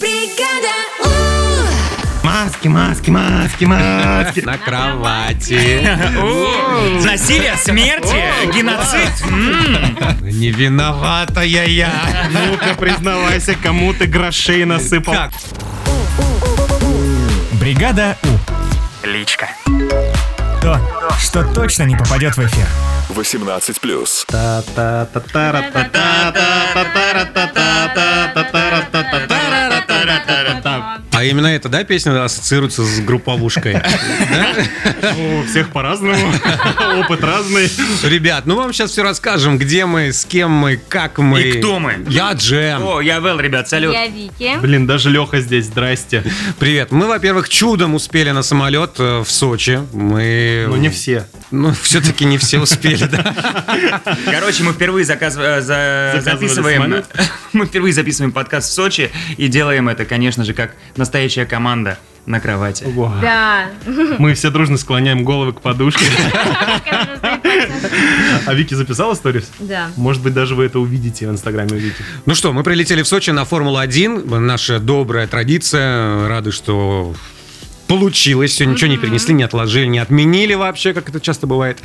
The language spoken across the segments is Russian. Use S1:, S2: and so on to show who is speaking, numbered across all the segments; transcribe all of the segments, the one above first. S1: Бригада У!
S2: Маски, маски, маски, маски.
S3: На кровати.
S4: Насилие, смерти, геноцид.
S3: Не виноватая я.
S2: Ну-ка, признавайся, кому ты грошей насыпал.
S3: Как?
S4: Бригада У. Личка. То, что точно не попадет в эфир.
S5: 18 плюс.
S3: А именно эта, да, песня ассоциируется с групповушкой?
S2: У всех по-разному, опыт разный.
S3: Ребят, ну вам сейчас все расскажем, где мы, с кем мы, как мы.
S4: И кто мы.
S3: Я Джем.
S4: О, я Вэл, ребят, салют.
S1: Я Вики.
S2: Блин, даже Леха здесь, здрасте.
S3: Привет. Мы, во-первых, чудом успели на самолет э, в Сочи. Мы...
S2: Ну не все.
S3: Ну, все-таки не все успели, да.
S4: Короче, мы впервые заказ- э, за-
S2: Заказывали
S4: записываем...
S2: самолет.
S4: Мы впервые записываем подкаст в Сочи и делаем это, конечно же, как настоящая команда на кровати.
S2: Ого.
S1: Да.
S2: Мы все дружно склоняем головы к подушке. А Вики записала сторис?
S1: Да.
S2: Может быть, даже вы это увидите в инстаграме у Вики.
S3: Ну что, мы прилетели в Сочи на Формулу-1. Наша добрая традиция. Рады, что получилось. Все, ничего не перенесли, не отложили, не отменили вообще, как это часто бывает.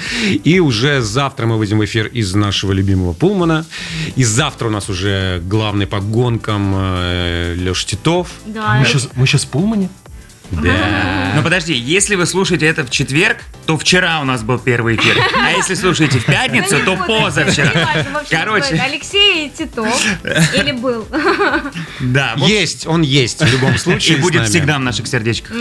S3: И уже завтра мы выйдем в эфир из нашего любимого Пулмана. И завтра у нас уже главный по гонкам Леш Титов.
S6: А
S1: Да.
S2: мы сейчас в Пулмане?
S4: Но подожди, если вы слушаете это в четверг, то вчера у нас был первый эфир. А если слушаете в пятницу,
S1: Да не
S4: то
S1: буду,
S6: Ну,
S1: не
S4: позавчера.
S1: важно, вообще не важно.
S4: Короче,
S1: Алексей Титов. Или был.
S4: да. в общем,
S3: Есть, он есть в любом
S4: И
S3: случае. с
S4: будет
S3: нами.
S4: всегда в наших сердечках.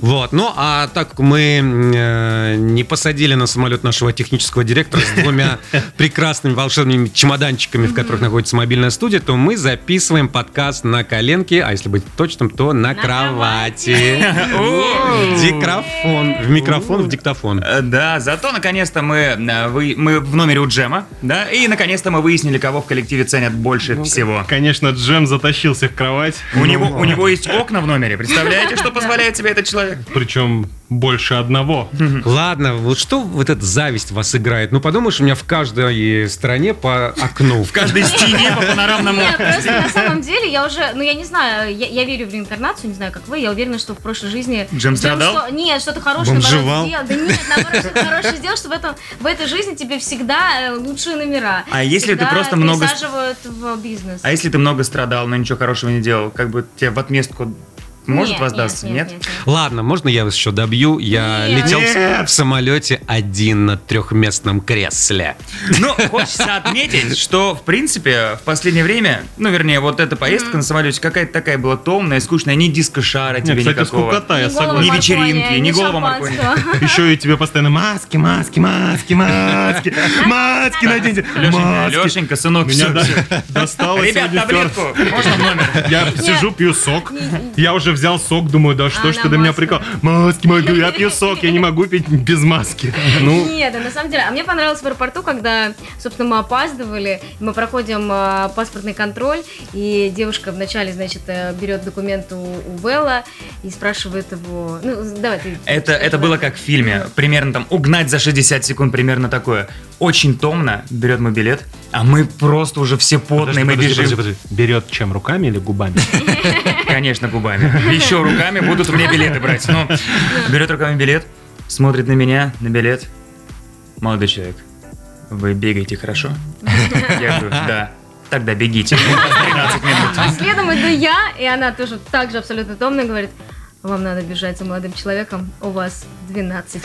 S3: Вот. Ну, а так как мы э, не посадили на самолет нашего технического директора с двумя прекрасными волшебными чемоданчиками, в которых находится мобильная студия, то мы записываем подкаст на коленке, а если быть точным, то на кровати. В Диктофон. В микрофон, в диктофон.
S4: Э, Да, зато наконец-то мы, э, вы, мы в номере у Джема, да, и наконец-то мы выяснили, кого в коллективе ценят больше всего.
S2: Конечно, Джем затащил всех в кровать.
S4: У него, у него есть окна в номере, представляете, что позволяет себе этот человек?
S2: Причем больше одного.
S3: Ладно, вот что вот эта зависть вас играет? Ну, подумаешь, у меня в каждой стране по окну.
S4: В каждой стене по панорамному
S6: Нет, просто на самом деле я уже, ну я не знаю, я, я верю в реинкарнацию, не знаю, как вы, я уверена, что в прошлой жизни...
S4: Джем страдал?
S6: что- нет, что-то хорошее
S3: Бомжевал?
S6: наоборот сделал. Да нет, наоборот, что-то хорошее сделал, что в, этом, в этой жизни тебе всегда э, лучшие номера.
S4: А если ты
S6: Всегда
S4: просто много-
S6: пересаживают в бизнес.
S4: А если ты много страдал, но ничего хорошего не делал, как бы тебе в отместку может
S6: Нет,
S4: воздастся, нет?
S3: Ладно, можно я вас еще добью? Я
S6: Нет.
S3: летел в- в самолете один на трехместном кресле.
S4: Ну, хочется отметить, что, в принципе, в последнее время, ну, вернее, вот эта поездка на самолете какая-то такая была томная, скучная, ни дискошара тебе
S2: Нет, кстати,
S4: никакого.
S2: скукота, я
S6: Ни Ну, голова
S2: согласен.
S4: Не вечеринки,
S6: Маркони,
S4: Ну, ни
S6: ни
S4: голова Маркони.
S6: шампанского.
S2: Еще и тебе постоянно маски, маски, маски, маски, маски наденьте,
S4: Лешенька,
S2: маски.
S4: Лешенька, сынок,
S2: Меня
S4: всё,
S2: до-
S4: всё.
S2: достало
S4: Ребят,
S2: сегодня
S4: таблетку,
S2: тёрт.
S4: можно в номер?
S2: Я сижу, пью сок. Я уже взял сок, думаю, да что ж
S6: Она
S2: ты до меня
S6: маска.
S2: прикал. Маски, маски, я пью сок, я не могу пить без маски. Ну,
S6: Нет, да, на самом деле, а мне понравилось в аэропорту, когда, собственно, мы опаздывали, мы проходим а, паспортный контроль, и девушка вначале, значит, э, берет документ у, у Белла и спрашивает его, ну, с- давай ты.
S4: Это, это было как в фильме, примерно там «Угнать за 60 секунд», примерно такое. Очень томно, берет мой билет, а мы просто уже все потные, мы бежим,
S2: Берет чем, руками или губами?
S4: конечно, губами. Еще руками будут у меня билеты брать. Ну, берет руками билет, смотрит на меня, на билет. Молодой человек, вы бегаете хорошо? Я говорю, да. Тогда бегите. У вас 13 минут.
S6: А следом иду я, и она тоже так же абсолютно томно говорит, вам надо бежать за молодым человеком, у вас 12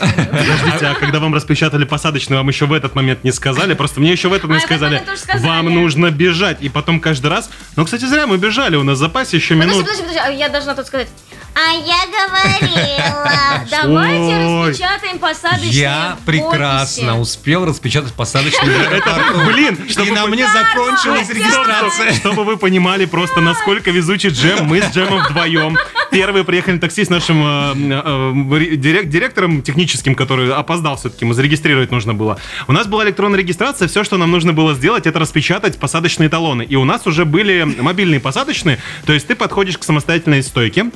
S6: минут.
S2: Подождите, а когда вам распечатали посадочный, вам еще в этот момент не сказали? Просто мне еще в этот момент
S6: А, в этот
S2: сказали,
S6: момент тоже сказали.
S2: вам нужно бежать. И потом каждый раз... Ну, кстати, зря мы бежали, у нас в запасе еще
S6: Подожди,
S2: минут...
S6: подожди, подожди, а я должна тут сказать,
S1: А я говорила.
S6: давайте
S2: Ой.
S6: распечатаем посадочные
S3: Я прекрасно
S6: подписи».
S3: успел распечатать посадочный
S2: Блин,
S3: И
S2: чтобы
S3: на
S2: вы-
S3: мне закончилась
S2: Чтобы-
S3: регистрация.
S2: Чтобы вы понимали просто, насколько везучий Джем, мы с Джемом вдвоем. Первые приехали на такси с нашим э, э, ри- дирек- директором техническим, который опоздал все-таки, ему зарегистрировать нужно было. У нас была электронная регистрация, все, что нам нужно было сделать, это распечатать посадочные талоны. И у нас уже были мобильные посадочные, то есть ты подходишь к самостоятельной стойке,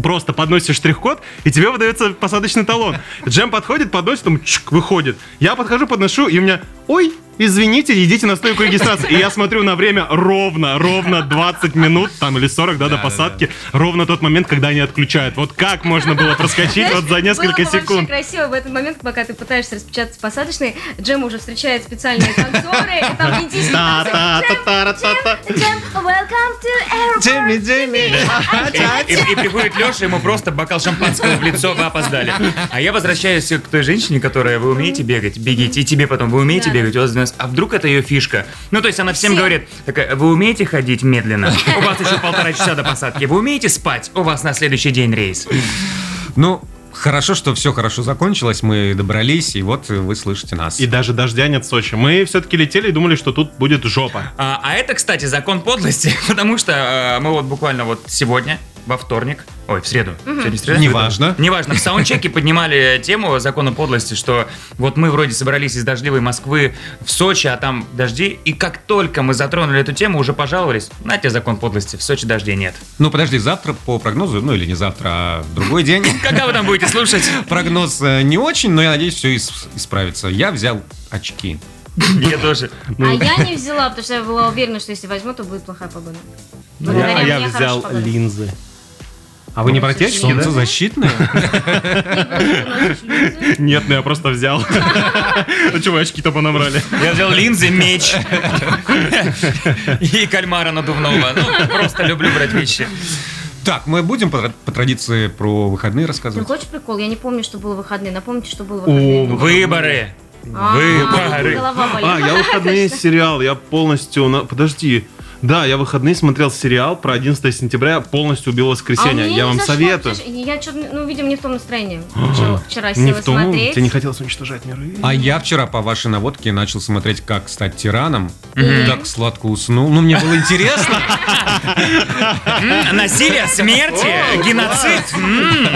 S2: Просто подносишь штрих-код, и тебе выдается посадочный талон. Джем подходит, подносит, там чик, выходит. Я подхожу, подношу, и у меня, ой, извините, идите на стойку регистрации. И я смотрю на время ровно, ровно 20 минут, там, или 40, да, до
S3: да,
S2: посадки. Ровно тот момент, когда они отключают. Вот как можно было проскочить
S6: Знаешь,
S2: вот за несколько
S6: было бы вообще
S2: секунд?
S6: красиво в этот момент, пока ты пытаешься распечатать посадочный, Джем уже встречает специальные танцоры, и там индийский танцор.
S2: Та-та-та-та-та.
S1: Джем, welcome to airport.
S3: Джимми, Джимми.
S4: И, и приходит Леша, ему просто бокал шампанского в лицо, вы опоздали. А я возвращаюсь к той женщине, которая, вы умеете бегать? Бегите. И тебе потом, вы умеете
S6: Да.
S4: бегать? У вас двенадцать». А вдруг это ее фишка? Ну, то есть она всем
S6: Всем.
S4: говорит, такая, вы умеете ходить медленно? У вас еще полтора часа до посадки. Вы умеете спать? У вас на следующий день рейс.
S3: Ну, хорошо, что все хорошо закончилось, мы добрались, и вот вы слышите нас.
S2: И даже дождя нет в Сочи. Мы все-таки летели и думали, что тут будет жопа.
S4: А, а это, кстати, закон подлости, потому что э, мы вот буквально вот сегодня, во вторник, ой, в среду, сегодня среда.
S3: Неважно.
S4: Неважно, в саундчеке поднимали тему закона подлости, что вот мы вроде собрались из дождливой Москвы в Сочи, а там дожди, и как только мы затронули эту тему, уже пожаловались, на тебе закон подлости, в Сочи дождей нет.
S3: Ну, подожди, завтра по прогнозу, ну или не завтра, а в другой день.
S4: Когда вы там будете слушать?
S3: Прогноз э, не очень, но я надеюсь, все исправится. Я взял очки.
S4: Я тоже.
S6: А я не взяла, потому что я была уверена, что если возьму, то будет плохая погода.
S2: Я- А
S6: Ну, мне
S2: я
S6: хорошая
S2: взял
S6: погода.
S2: линзы. А вы не про те очки, да?
S3: Солнцезащитные?
S2: Нет, ну я просто взял. Ну чего, очки-то понабрали.
S4: Я взял линзы, меч и кальмара надувного. Ну, просто люблю брать вещи.
S3: Так, мы будем по тра- по традиции про выходные
S6: Ну,
S3: рассказывать?
S6: хочешь прикол? Я не помню, что было в выходные. Напомните, что было в
S2: О,
S6: выходные.
S4: Выборы.
S6: А,
S4: выборы.
S6: Голова болит.
S2: А, я выходные сериал, я полностью... на- Подожди. Да, я выходные смотрел сериал про 11 сентября, полностью убил воскресенье.
S6: А мне
S2: я
S6: не
S2: вам
S6: зашло,
S2: советую.
S6: знаешь, Я что ну, видимо, не в том настроении. Вчера- Вчера
S2: Не
S6: села
S2: в том,
S6: смотреть.
S2: ну, тебе не хотелось уничтожать миры.
S3: А я вчера по вашей наводке начал смотреть, как стать тираном. Так сладко уснул. Ну, мне было интересно.
S4: М, Насилие, смерти, геноцид. М.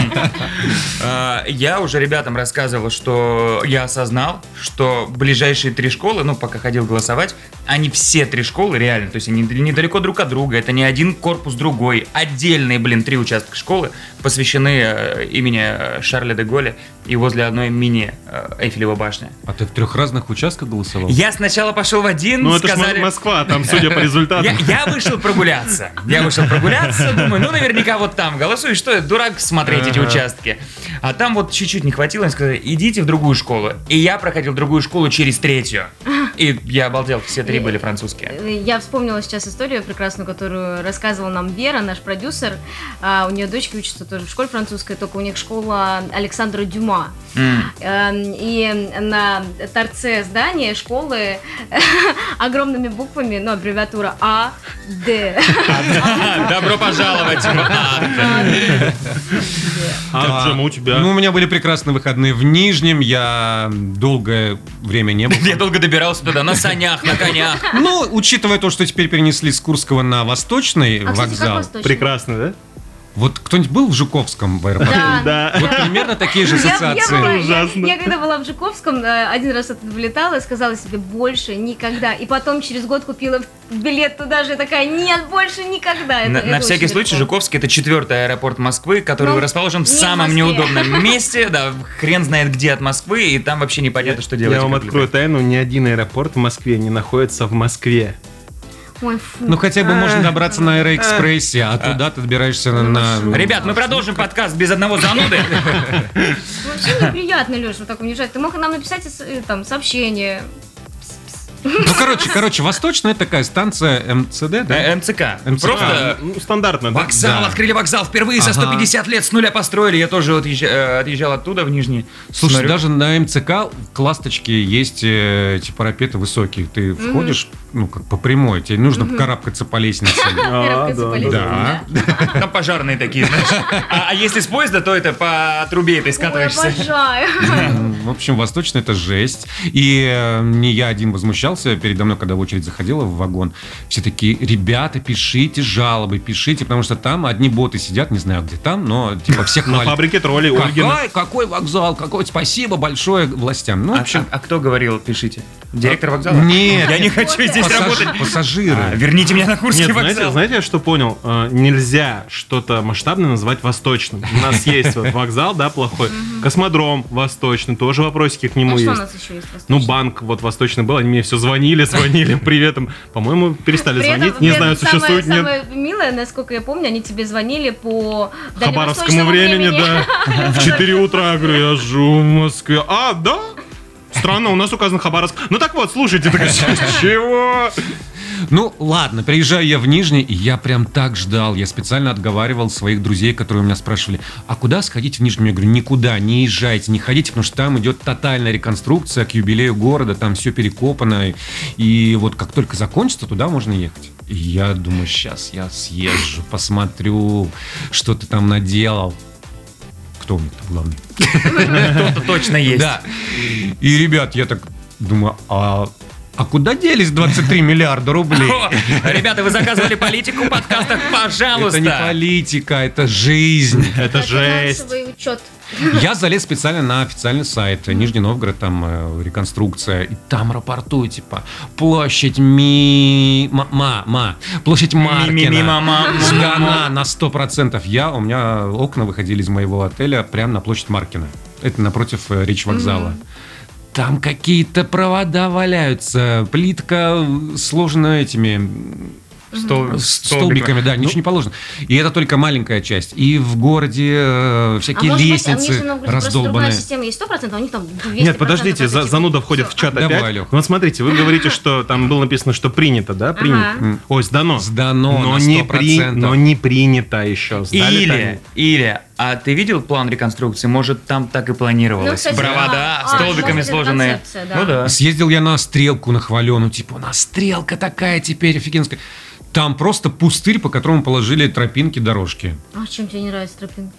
S4: А, Я уже ребятам рассказывал, что я осознал, что ближайшие три школы, ну, пока ходил голосовать, они все три школы реально, то есть они недалеко друг от друга, это не один корпус другой, отдельные, блин, три участка школы посвящены э, имени э, Шарля де Голля и возле одной мини э, Эйфелева башни.
S3: А ты в трех разных участках голосовал?
S4: Я сначала пошел в один,
S2: Ну это ж
S4: сказали...
S2: Мо- Москва, там, судя по результатам.
S4: Я, я вышел прогуляться. Я вышел прогуляться, думаю, ну наверняка вот там голосую, что я дурак смотреть эти участки. А там вот чуть-чуть не хватило, они сказали, идите в другую школу. И я проходил другую школу через третью. И я обалдел, все три были французские.
S6: Э, Я вспомнила сейчас историю прекрасную, которую рассказывала нам Вера, наш продюсер. А, у нее дочки учатся тоже в школе французской, только у них школа Александра Дюма.
S4: М.
S6: Эм, И на торце здания школы огромными буквами, ну, аббревиатура А, Д.
S4: Добро пожаловать. в ад.
S2: А,
S3: Да.
S2: Джема, у тебя?
S3: Ну, у меня были прекрасные выходные в Нижнем. Я долгое время не был.
S4: Я долго добирался туда на санях, на конях.
S3: Ну, учитывая то, что теперь перенесли с Курского на Восточный
S6: А, кстати, как
S3: вокзал.
S6: вас точно?
S2: Прекрасно, да?
S3: Вот кто-нибудь был в Жуковском в аэропорту?
S6: Да.
S2: Да.
S3: Вот примерно такие же
S6: Я- Я, была-
S3: ассоциации.
S6: я-
S2: Ужасно.
S6: я когда была в Жуковском, э, один раз оттуда вылетала и сказала себе больше никогда. И потом через год купила билет туда же. Я такая, нет, больше никогда. Это-
S4: На,
S6: это
S4: на
S6: очень
S4: всякий случай,
S6: легко.
S4: Жуковский это четвертый аэропорт Москвы, который
S6: Ну,
S4: расположен в
S6: не в
S4: самом
S6: Москве.
S4: неудобном месте. Да, хрен знает где от Москвы, и там вообще непонятно, что делать.
S2: Я вам
S4: как
S2: открою тайну, ни один аэропорт в Москве не находится в Москве.
S6: Ой, фу.
S3: Ну, хотя бы можно добраться на Аэроэкспрессе, а туда ты добираешься на- на...
S4: Ребят, мы продолжим подкаст без одного зануды.
S6: Ну, Вообще неприятно, Леша, вот так унижать. Ты мог нам написать э, там сообщение.
S3: Ну, короче, короче, Восточная это такая станция МЦД, да?
S4: Э, МЦК.
S3: МЦК.
S6: Э,
S4: Просто
S2: Ну, стандартно, да?
S4: вокзал,
S3: Да.
S4: открыли вокзал впервые за
S3: Ага.
S4: 150 лет с нуля построили. Я тоже вот езжа- э, отъезжал оттуда в Нижний.
S3: Слушай,
S4: Смотрю,
S3: даже на МЦК в ласточке есть э, эти парапеты высокие. Ты входишь, ну, как по прямой, тебе нужно карабкаться по лестнице.
S2: А,
S6: Коробка
S2: да,
S6: заполезла,
S3: Да.
S4: Там пожарные такие, знаешь. А, а если с поезда, то это по трубе этой
S6: да? Ой,
S4: скатываешься.
S6: обожаю. А
S3: В общем, восточная это жесть. И э, не я один возмущался передо мной, когда в очередь заходила в вагон. Все такие, ребята, пишите жалобы, пишите, потому что там одни боты сидят, не знаю, где там, но типа всех
S2: На
S3: хвалят.
S2: фабрике троллей Ольгина.
S3: Какой, какой вокзал, какой спасибо большое властям. Ну, в
S4: А,
S3: общем,
S4: а- а кто говорил, пишите? Директор вокзала?
S3: нет,
S4: Я не хочу здесь здесь
S3: пассаж-
S4: работать. А,
S3: Пассажиры.
S4: Верните меня на Курский
S2: Нет,
S4: вокзал.
S2: знаете, знаете, я что понял? Э, Нельзя что-то масштабное называть восточным. У нас есть вот вокзал, да, плохой. Космодром восточный, тоже вопросики к нему
S6: А что у
S2: есть.
S6: нас еще есть?
S2: Ну,
S6: восточный?
S2: банк вот восточный был, они мне все звонили, звонили, приветом. По-моему, перестали
S6: При этом-
S2: звонить,
S6: при
S2: не
S6: этом
S2: знаю,
S6: самое-
S2: существует, нет.
S6: Самое милое, насколько я помню, они тебе звонили по
S2: Хабаровскому
S6: дальневосточному
S2: времени, да. В 4 утра, я говорю, я живу в Москве. А, да? Странно, у нас указан Хабаровск. Ну так вот, слушайте, так, чего?
S3: Ну, ладно, приезжаю я в Нижний, и я прям так ждал. Я специально отговаривал своих друзей, которые у меня спрашивали, а куда сходить в Нижний? Я говорю, никуда, не езжайте, не ходите, потому что там идет тотальная реконструкция к юбилею города, там все перекопано. и- И вот как только закончится, туда можно ехать. И я думаю, сейчас я съезжу, посмотрю, что ты там наделал. Кто у меня там главный?
S4: Кто-то точно есть.
S3: Да. И, ребят, я так думаю, а, а куда делись 23 миллиарда рублей?
S4: О, Ребята, вы заказывали политику в подкастах, пожалуйста.
S3: Это не политика, это жизнь.
S2: Это жесть.
S6: Финансовый учет.
S3: Я залез специально на официальный сайт Нижний Новгород, там э, реконструкция, и там рапортуют, типа, площадь ми... Ма, ма, ма. площадь Маркина.
S4: Ми-ми-ми-ма-ма.
S3: Сгана на 100%. Я, у меня окна выходили из моего отеля прямо на площадь Маркина. Это напротив э, речь вокзала. Там какие-то провода валяются, плитка сложена этими м,
S4: Стол-
S3: с столбиками, да, ничего не положено. И это только маленькая часть. И в городе э, всякие
S6: может быть, а в
S3: лестницы
S6: Нижнем Новгороде просто
S3: раздолбанные.
S6: другая система есть 100%, а у них там 200%.
S2: Нет, подождите, за,
S6: практически.
S2: зануда входит в
S6: Всё.
S2: чат
S3: Давай,
S2: опять.
S3: Лёх.
S2: Ну вот смотрите, вы говорите, что там было написано, что принято, да? Принято.
S6: Ага.
S3: М.
S2: Ой, сдано.
S3: Сдано
S2: Но
S3: на
S2: не, при-
S3: 100%.
S2: но не принято еще. Сдали
S4: Или,
S2: Тане.
S4: или, а ты видел план реконструкции? Может, там так и планировалось.
S6: Ну, кстати,
S4: Провода,
S6: да. А,
S4: столбиками
S6: может, это
S4: сложенные.
S6: концепция, да.
S4: Ну да.
S3: Съездил я на стрелку на хвалену, типа, у нас стрелка такая теперь офигенская. Там просто пустырь, по которому положили тропинки, дорожки.
S6: А чем тебе не нравится тропинки?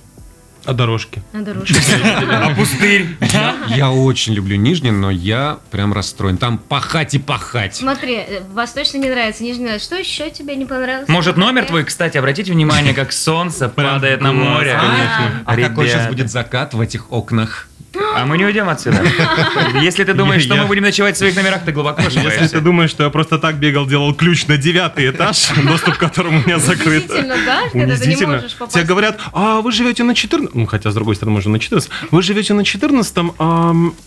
S2: А дорожки?
S6: На дорожке.
S4: А пустырь.
S3: Я очень люблю Нижний, но я прям расстроен. Там пахать и пахать.
S6: Смотри, э, восточный не нравится, нижний не нравится. Что еще тебе не понравилось? Э,
S4: Может, номер твой, кстати, обратите внимание, как солнце падает на
S2: класс,
S4: море.
S2: конечно.
S3: А какой сейчас
S4: Ребята.
S3: будет закат в этих окнах?
S4: А мы не уйдем отсюда. Если ты думаешь, что
S2: Я-
S4: мы будем ночевать в своих номерах, ты глубоко
S2: Если ты
S4: ошибаешься.
S2: думаешь, что я просто так бегал, делал ключ на девятый этаж, доступ к которому у меня закрыт.
S6: Унизительно, да? Когда ты не
S2: Унизительно.
S6: можешь попасть.
S2: Тебе говорят, а вы живете на 14... Ну, хотя, с другой стороны, можно на 14. Вы живете на 14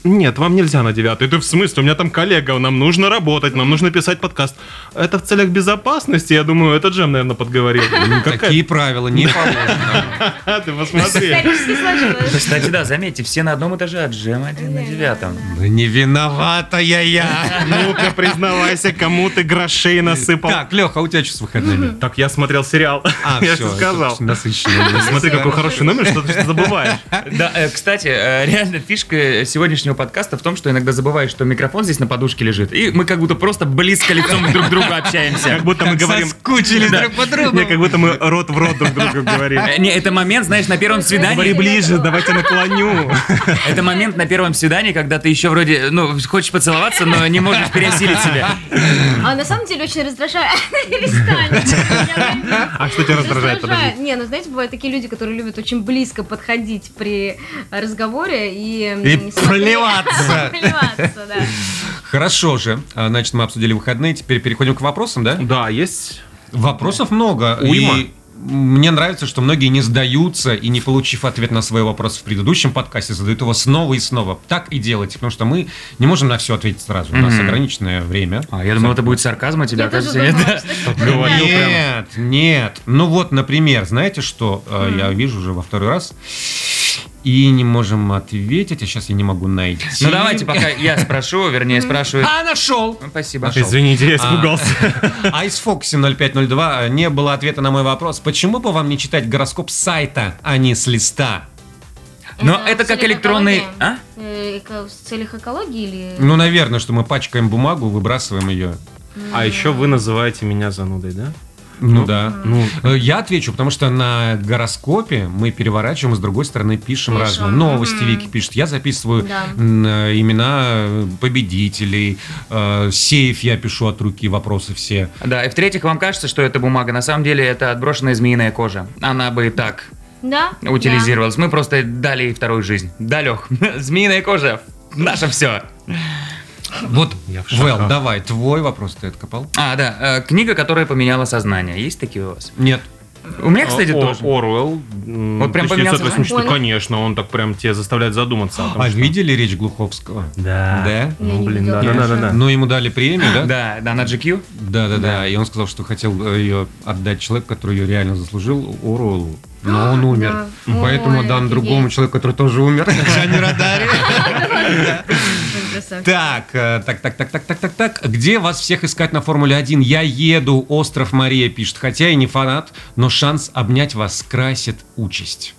S2: Нет, вам нельзя на 9 Это в смысле? У меня там коллега, нам нужно работать, нам нужно писать подкаст. Это в целях безопасности, я думаю, это Джем, наверное, подговорил.
S3: Такие правила Ну, не положено.
S2: А, ты посмотри.
S6: Исторически сложилось.
S4: Кстати, да, заметьте, все на одном этаже, а Джем один на девятом.
S3: Да Не виновата я я.
S2: Ну-ка, Ну, признавайся, кому ты грошей насыпал.
S3: Так, Леха, а у тебя что с выходными?
S2: Так, я смотрел сериал.
S3: А,
S2: я
S3: все,
S2: же сказал. Смотри, какой хороший номер, что ты что забываешь.
S4: Да, э, кстати, э, реально фишка сегодняшнего подкаста в том, что иногда забываешь, что микрофон здесь на подушке лежит, и мы как будто просто близко лицом друг к другу общаемся.
S2: Как будто мы говорим...
S3: Скучили
S4: Да.
S3: друг по
S2: Не,
S3: другу.
S2: как будто мы рот в рот друг другу говорим.
S4: Э, Не, это момент, знаешь, на первом
S2: Говори
S4: свидании.
S2: ближе, давайте наклоню.
S4: Это момент на первом свидании, когда ты еще вроде, ну, хочешь поцеловаться, но не можешь пересилить себя.
S6: А на самом деле очень раздражает. Перестань. Я говорю,
S2: А что тебя раздражает?
S6: Раздражает.
S2: Подожди.
S6: Не, ну знаете, бывают такие люди, которые любят очень близко подходить при разговоре и... м,
S2: И
S6: смотреть.
S3: плеваться.
S6: Плеваться, да.
S3: Хорошо же. А, Значит, мы обсудили выходные. Теперь переходим к вопросам, да?
S2: Да, есть.
S3: Вопросов много.
S2: Уйма.
S3: И мне нравится, что многие не сдаются и, не получив ответ на свой вопрос в предыдущем подкасте, задают его снова и снова. Так и делайте, потому что мы не можем на все ответить сразу. У нас
S4: Мгм.
S3: ограниченное время.
S4: А, я думал, это будет сарказм, а тебя,
S6: Я тоже
S4: оказывается, нет.
S6: думала, что это
S2: Говорил
S6: такая-
S2: прям.
S3: Нет, нет. Ну вот, например, знаете что? Э, Я вижу уже во второй раз. И не можем ответить, а сейчас я не могу найти.
S4: Ну, давайте, пока я спрошу, вернее, спрашиваю.
S3: А, нашел!
S4: Ну, Спасибо.
S2: Извините, я испугался.
S3: Айсфокси 0502. э, Не было ответа на мой вопрос. Почему бы вам не читать гороскоп с сайта, а не с листа?
S4: Но это
S6: в
S4: как
S6: целях
S4: электронный...
S6: экологии?
S4: А?
S6: Э, эко- В целях экологии или...
S3: Ну, наверное, что мы пачкаем бумагу, выбрасываем ее.
S2: А еще вы называете меня занудой, да?
S3: Ну, да.
S2: Ну,
S3: Э, Я отвечу, потому что на гороскопе мы переворачиваем, и с другой стороны пишем,
S6: Пишем,
S3: разные новости.
S6: мгм.
S3: Вики пишет, я записываю
S6: Да.
S3: м, э, имена э, победителей, э, сейф я пишу от руки, вопросы все.
S4: Да, и в-третьих, вам кажется, что это бумага. На самом деле, это отброшенная змеиная кожа. Она бы и так
S6: Да.
S4: утилизировалась. Мы просто дали ей вторую жизнь. Да, Лех, змеиная кожа, наше все.
S3: Вот,
S2: Я в шоках.
S3: Вэл, давай, твой вопрос ты откопал?
S4: А, да, э, книга, которая поменяла сознание. Есть такие у вас?
S3: Нет.
S4: У меня, кстати,
S2: О-
S4: тоже.
S2: Оруэлл. м,
S4: Вот прям поменялся
S2: 1984,
S6: взгляд.
S2: Конечно, он так прям тебя заставляет задуматься. о том,
S3: А
S2: что-
S3: видели речь Глуховского?
S2: Да.
S3: Да?
S2: Ну,
S6: не
S2: блин,
S6: видела,
S2: да, да, да, да.
S3: Ну, ему дали премию, да?
S4: Да, да, на GQ.
S3: Да, да, да. И он сказал, что хотел э, ее отдать человеку, который ее реально заслужил, Оруэллу. Но он умер.
S6: да.
S3: Поэтому
S6: Ой,
S3: дам
S6: офигеть.
S3: другому человеку, который тоже умер. Жанни Родари.
S6: Красавчик.
S3: Так, э, так, так, так, так, так, так, так. Где вас всех искать на Формуле 1? Я еду, остров Мария пишет. Хотя и не фанат, но шанс обнять вас красит участь.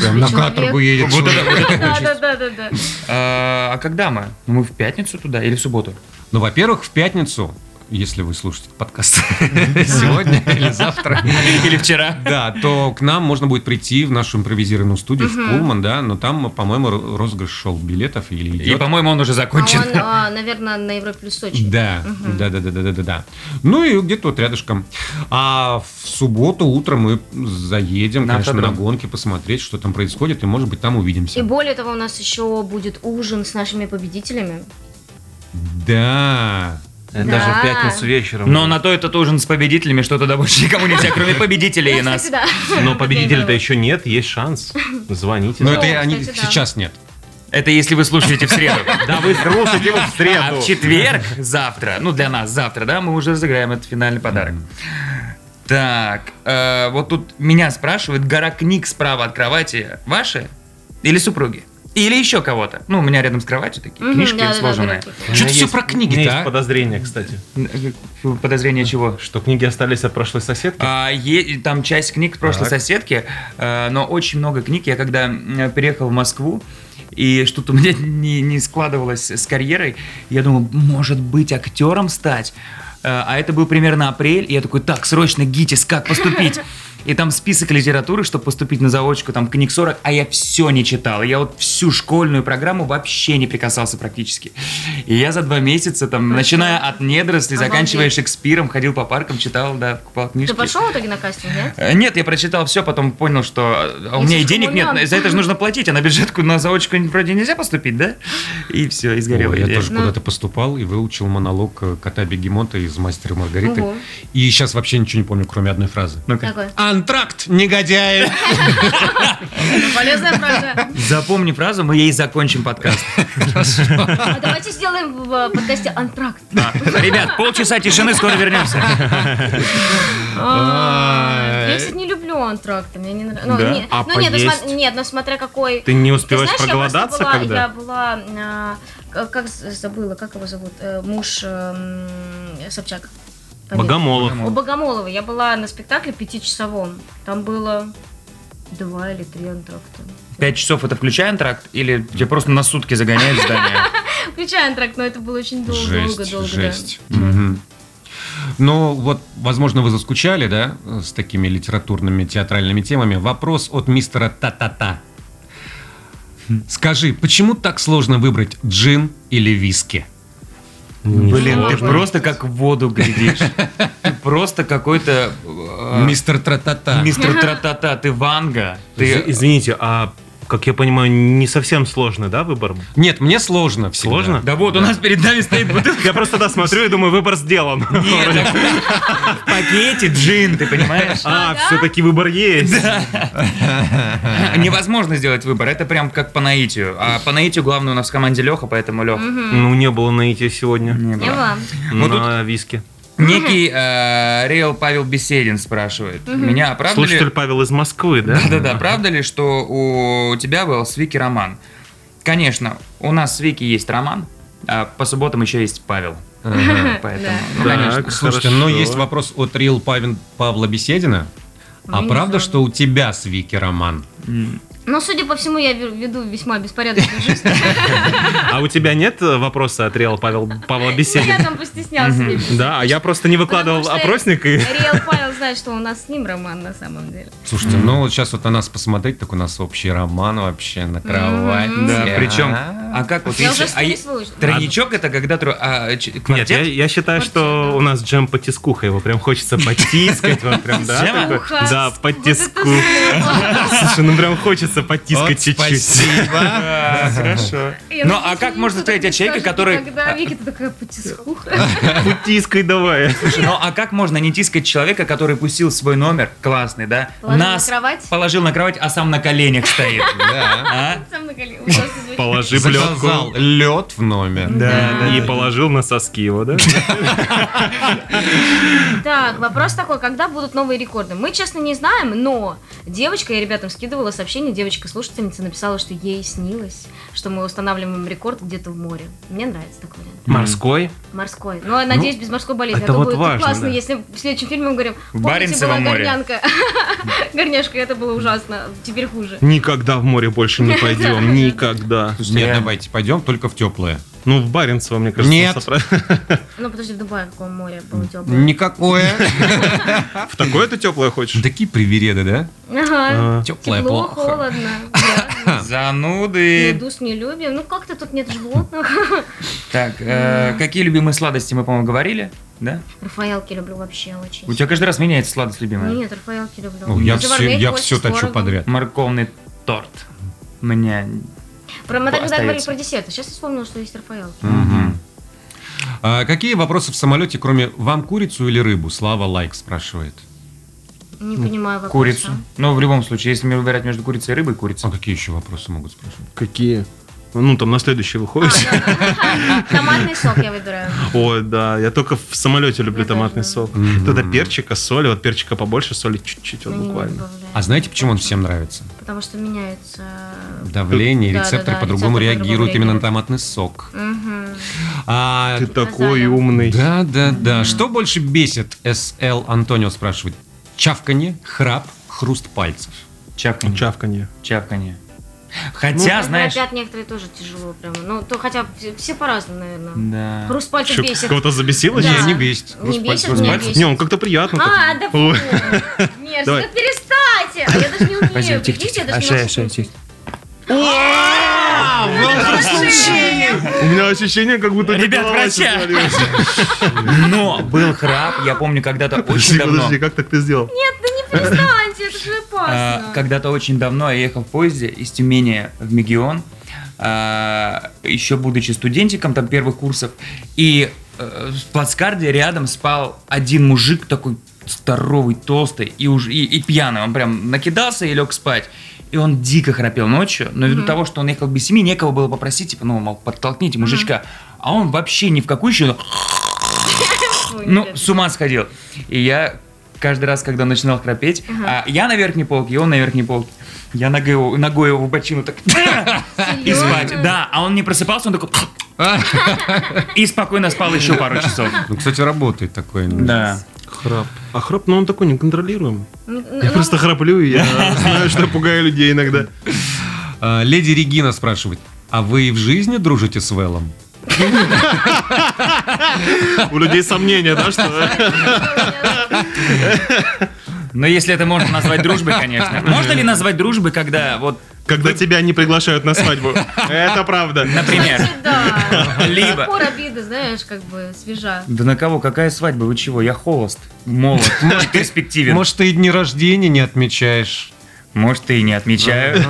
S3: Прям
S6: себе,
S3: на
S6: человек.
S3: каторгу едет.
S4: Вот
S3: человек.
S4: это, вот это
S6: Да,
S4: участь.
S6: да, да, да, да.
S4: А а когда мы? Мы в пятницу туда или в субботу?
S3: Ну, во-первых, в пятницу, если вы слушаете этот подкаст сегодня или завтра,
S4: Или вчера?
S3: да, то к нам можно будет прийти в нашу импровизированную студию в Пулман, да, но там, по-моему, ро- розыгрыш шел билетов или
S4: И,
S3: идет.
S4: по-моему, он уже
S6: А
S4: закончен.
S6: он, а, наверное, на Европе плюс Сочи.
S3: Да, да, да, да, да, да, да, да. Ну и где-то вот рядышком. А в субботу утром мы заедем,
S4: На
S3: конечно, на
S4: автодром.
S3: гонки посмотреть, что там происходит, и может быть там увидимся.
S6: И более того, у нас еще будет ужин с нашими победителями.
S3: Да.
S6: Даже в пятницу
S2: вечером.
S4: Но на то этот ужин с победителями, что туда больше никому нельзя, кроме победителей и нас.
S2: Но победителя-то еще нет, есть шанс. Звоните.
S3: Но
S6: Ну,
S3: это я- они
S6: кстати, да.
S3: сейчас нет.
S4: Это если вы слушаете в среду.
S2: Да, вы слушайте его в
S4: А в четверг, завтра, ну для нас завтра, да, мы уже разыграем этот финальный подарок. Так, э, вот тут меня спрашивают, гора книг справа от кровати ваши или супруги? Или еще кого-то. Ну, у меня рядом с кроватью такие
S6: Мгм,
S4: книжки
S6: да-да-да,
S4: сложенные.
S6: дорогие.
S2: У меня
S3: Чё-то всё
S2: есть-
S3: про книги-то,
S2: У меня есть
S3: а?
S2: подозрение, кстати,
S4: Подозрение чего?
S2: что книги остались от прошлой соседки.
S4: А, е- там часть книг прошлой
S3: Так.
S4: соседки, э, но очень много книг. Я когда м, переехал в Москву, и что-то у меня не, не складывалось с карьерой, я думал, может быть, актером стать? Э, А это был примерно апрель, и я такой, так, срочно, ГИТИС, как поступить? И там список литературы, чтобы поступить на заочку, там книг 40, а я все не читал. Я вот всю школьную программу вообще не прикасался практически. И я за два месяца, там, начиная от недорослей,
S6: Обалдеть.
S4: заканчивая Шекспиром, ходил по паркам, читал, да, покупал книжки.
S6: Ты пошел в итоге на кастинг, нет?
S4: Э, Нет, я прочитал все, потом понял, что э, а у
S6: Я
S4: меня и
S6: слишком
S4: денег
S6: умён.
S4: нет, за это же нужно платить, а на бюджетку на заочку вроде нельзя поступить, да? И все, и Э, сгорела
S3: Ой, я
S4: идея.
S3: тоже
S6: Ну.
S3: куда-то поступал и выучил монолог э, кота Бегемота из «Мастера и Маргариты».
S6: Ого.
S3: И сейчас вообще ничего не помню, кроме одной фразы.
S4: Ну-ка.
S6: Такой.
S3: Антракт, негодяи!
S6: Полезная правда.
S4: Запомни фразу, мы ей закончим подкаст.
S6: А давайте сделаем в э, подкасте антракт.
S4: А, Ребят, полчаса тишины, скоро вернемся.
S6: А, Я, кстати, не люблю антракты, мне не нравится. Ну,
S2: Да?
S6: не-
S2: А
S6: ну, нет, ну,
S2: поесть?
S6: сма- нет, ну смотря какой.
S2: Ты не
S6: Ты
S2: успеваешь
S6: знаешь, я просто
S2: проголодаться,
S6: была-
S2: когда?
S6: Я была, а, к- как з- забыла, как его зовут, Э, муж эм, Собчак. Фамилия.
S2: Богомолов.
S6: У Богомолова я была на спектакле пятичасовом. Там было два или три антракта.
S4: Пять часов это включая антракт или тебя просто на сутки загоняют в здание?
S6: Включая антракт, но это было очень долго, долго, долго. да.
S3: жесть. Мгм. Ну, вот, возможно, вы заскучали, да, с такими литературными, театральными темами. Вопрос от мистера Та-Та-Та. Скажи, почему так сложно выбрать джин или виски?
S4: Блин, ты
S6: Сложно.
S4: просто как в воду глядишь. Ты просто какой-то...
S2: А.
S4: э,
S3: Мистер Тра-Та-Та.
S4: Мистер Тра-та-та, ты Ванга.
S2: Из-
S4: Ты
S2: Извините, а как я понимаю, не совсем сложный, да, выбор?
S3: Нет, мне сложно всегда.
S2: Сложно?
S4: Да вот, у нас перед нами стоит бутылка.
S2: Я просто да смотрю и думаю, выбор сделан.
S4: В пакете джин, ты понимаешь?
S2: А, все-таки выбор есть.
S4: Невозможно сделать выбор, это прям как по наитию. А по наитию главное у нас в команде Леха, поэтому Леха.
S2: Ну, не было наития
S4: Ну,
S2: сегодня.
S6: Я была.
S4: Вот
S2: На виске.
S4: Некий э, Рейл Павел Беседин спрашивает. Меня правда ли-
S2: Слушатель Павел из Москвы, да?
S4: Да-да-да, правда ли, что у тебя был с Вики роман? Конечно, у нас с Вики есть роман, а по субботам еще есть Павел.
S3: Ага.
S4: Поэтому,
S6: Да.
S4: ну,
S2: Так.
S4: конечно.
S3: Слушайте,
S2: хорошо.
S3: но есть вопрос от Рил Павин- Павла Беседина.
S6: Я
S3: А
S6: не
S3: правда,
S6: знаю.
S3: что у тебя с Вики роман?
S6: Но, судя по всему, я ве- веду весьма беспорядочную жизнь.
S2: А у тебя нет э, вопроса от Реала Павел, Павла
S6: Ну, Я
S2: Беседина?
S6: там постеснялся. меньше.
S2: Да, а я просто не выкладывал
S6: Потому что
S2: опросник и...
S6: Риэл Павел знает, что у нас с ним роман на самом деле.
S3: Слушайте, ну вот сейчас вот на нас посмотреть, так у нас общий роман вообще на кровати.
S4: Да, причем
S3: А.
S4: А как вот
S6: Я
S4: если...
S6: уже
S4: а
S6: что
S4: е-
S6: не слышу.
S4: Тройничок это когда... тру- а, ч-
S2: Нет, я,
S4: квартет?
S2: я считаю, что у нас джем потискуха, его прям хочется потискать, вот прям, да?
S4: Джема?
S2: такой?
S6: Уха.
S2: Да, потиску.
S6: Вот это
S2: Слушай, ну прям хочется
S3: Вот
S2: потискать чуть-чуть.
S3: Спасибо.
S4: А, Хорошо.
S6: Я
S4: Ну,
S6: надеюсь,
S4: а как
S6: мне
S4: можно
S6: никто так
S4: сказать о
S6: не
S4: человеке,
S6: скажет
S4: который...
S6: никогда.
S4: а,
S6: Вики, ты такая потискуха.
S2: Потискай давай.
S4: Слушай, ну а как можно не тискать человека, который пустил свой номер, классный, да?
S6: Положил на кровать?
S4: Положил на кровать, а сам на коленях стоит.
S3: Да.
S4: А?
S6: Сам на колени. Ужасно звучит.
S2: Положи
S3: Заказал
S2: пленку.
S3: лед в номер.
S2: И положил на соски его, да?
S6: Так, вопрос такой, когда будут новые рекорды? Мы, честно, не знаем, но девочка, я ребятам скидывала сообщение, девочка-слушательница написала, что ей снилось, что мы устанавливаем рекорд где-то в море. Мне нравится такой вариант.
S2: Морской?
S6: Морской. Но, я надеюсь, без морской болезни.
S2: это
S6: а то
S2: вот
S6: будет
S2: важно,
S6: классно,
S2: да.
S6: если в следующем фильме мы говорим, помните,
S4: Баренцево
S6: была
S4: море».
S6: горнянка. Горняшка, это было ужасно, теперь хуже.
S2: Никогда в море больше не пойдем. Никогда.
S3: Слушай, Нет,
S4: Реально.
S3: давайте пойдем только в теплое.
S2: Ну, в Баренцево, мне кажется,
S3: Нет.
S2: сопра-
S6: Ну, подожди, в Дубае какое море было теплое?
S3: Никакое.
S2: В такое ты теплое хочешь?
S3: Ну, Такие привереды, да?
S6: Ага.
S2: а,
S3: Теплое
S6: Тепло,
S3: плохо.
S6: холодно. да.
S4: Зануды.
S6: Медуз не любим. Ну, как-то тут нет животных.
S4: Так, э, какие любимые сладости мы, по-моему, говорили, да?
S6: Рафаэлки люблю вообще очень.
S4: У тебя каждый раз меняется сладость любимая.
S6: Нет, Рафаэлки люблю.
S3: Ну, Я все,
S6: Заварные
S3: я
S6: кости
S3: все
S6: с
S3: точу
S6: творогом.
S3: подряд.
S4: Морковный торт. Меня...
S6: Про, мы тогда
S4: Остается.
S6: говорили про десерты. Сейчас вспомнил, что есть Рафаэлки.
S3: Мгм. А какие вопросы в самолете, кроме вам курицу или рыбу? Слава лайк спрашивает.
S6: Не понимаю а. вопроса.
S4: Курицу. Ну, в любом случае, если мне выбирать между курицей и рыбой, курица.
S3: А какие еще вопросы могут спрашивать?
S2: Какие? Ну, там на следующий
S6: А,
S2: выходишь.
S6: да. Томатный сок я выбираю.
S2: Ой, да, я только в самолете люблю
S6: А. Я
S2: томатный
S6: тоже.
S2: сок.
S3: Мгм.
S2: Туда перчика, соли, вот перчика побольше, соли чуть-чуть, вот
S6: Мне не
S2: буквально.
S6: добавляю.
S3: А знаете, почему он всем нравится?
S6: Потому что меняется...
S3: Давление,
S6: Да, да,
S3: рецепторы
S6: да,
S3: по-другому
S6: рецепторы по-другому
S3: реагируют именно на
S6: реагируют.
S3: томатный сок.
S6: Мгм.
S3: А,
S2: Ты такой
S6: Зая.
S2: умный.
S3: да, да, да. Что больше бесит? СЛ Антонио спрашивает. Чавканье, храп, хруст пальцев.
S4: Чавканье.
S2: Чавканье.
S4: Чавканье.
S6: Ну,
S4: Хотя,
S6: вот
S4: знаешь...
S6: Опять некоторые тоже тяжело прямо. Ну, то хотя все- все по-разному, наверное.
S4: Да.
S6: Хруст пальцев
S2: Чё,
S6: бесит.
S2: Кого-то забесило?
S6: Да.
S3: Не, не бесит.
S6: Не бесит,
S4: хруст
S6: не
S4: пальцев.
S6: бесит.
S2: Не, он как-то
S3: Ну,
S2: приятно.
S6: А,
S2: так.
S6: да фу.
S2: Ой.
S6: Нет,
S2: Давай.
S6: что перестаньте. А Я даже не умею.
S4: Спасибо, тихо,
S6: Видите,
S4: тихо, тихо. А
S6: я даже не
S4: шея,
S6: могу
S4: шея,
S6: шутить.
S4: тихо.
S2: У меня ощущение, как будто...
S4: Ребят,
S2: голова
S4: врача.
S2: сейчас свалилась.
S4: Но был храп, я помню, когда-то очень
S2: Подожди,
S4: давно.
S2: подожди, как так ты сделал?
S6: Нет, да не перестаньте, это же
S4: А,
S6: опасно.
S4: Когда-то очень давно я ехал в поезде из Тюмени в Мегион, а, еще будучи студентиком там первых курсов, и э, в плацкарде рядом спал один мужик такой здоровый, толстый и, уж, и, и пьяный, он прям накидался и лег спать. И он дико храпел ночью, но ввиду того, что он ехал без семьи, некого было попросить, типа, ну, мол, подтолкните мужичка. А он вообще ни в какую еще, ну,
S6: Ой,
S4: ну,
S6: ребят.
S4: с ума сходил. И я каждый раз, когда он начинал храпеть, а я на верхней полке, и он на верхней полке. Я ногой его, ногой его в бочину так и спать.
S6: Серьезно?
S4: Да, а он не просыпался, он такой и спокойно спал еще пару часов.
S3: Ну, кстати, работает такое. ну.
S4: Да.
S2: Храп. А храп, ну он такой неконтролируемый.
S6: Ну, ну,
S2: Я просто храплю, и я знаю, что пугаю людей иногда.
S3: А, леди Регина спрашивает. А вы и в жизни дружите с Вэллом?
S2: У людей сомнения, да, что...
S4: Но если это можно назвать дружбой, конечно. Можно ли назвать дружбой, когда вот,
S2: Когда тебя не приглашают на свадьбу. Это правда.
S4: например,
S6: кстати, Да.
S4: либо...
S6: Пор обиды, знаешь, как бы свежа.
S4: Да на кого? Какая свадьба? Вы чего? Я холост, молод, перспективен.
S3: Может, ты и дни рождения не отмечаешь?
S4: Может, и не отмечаю.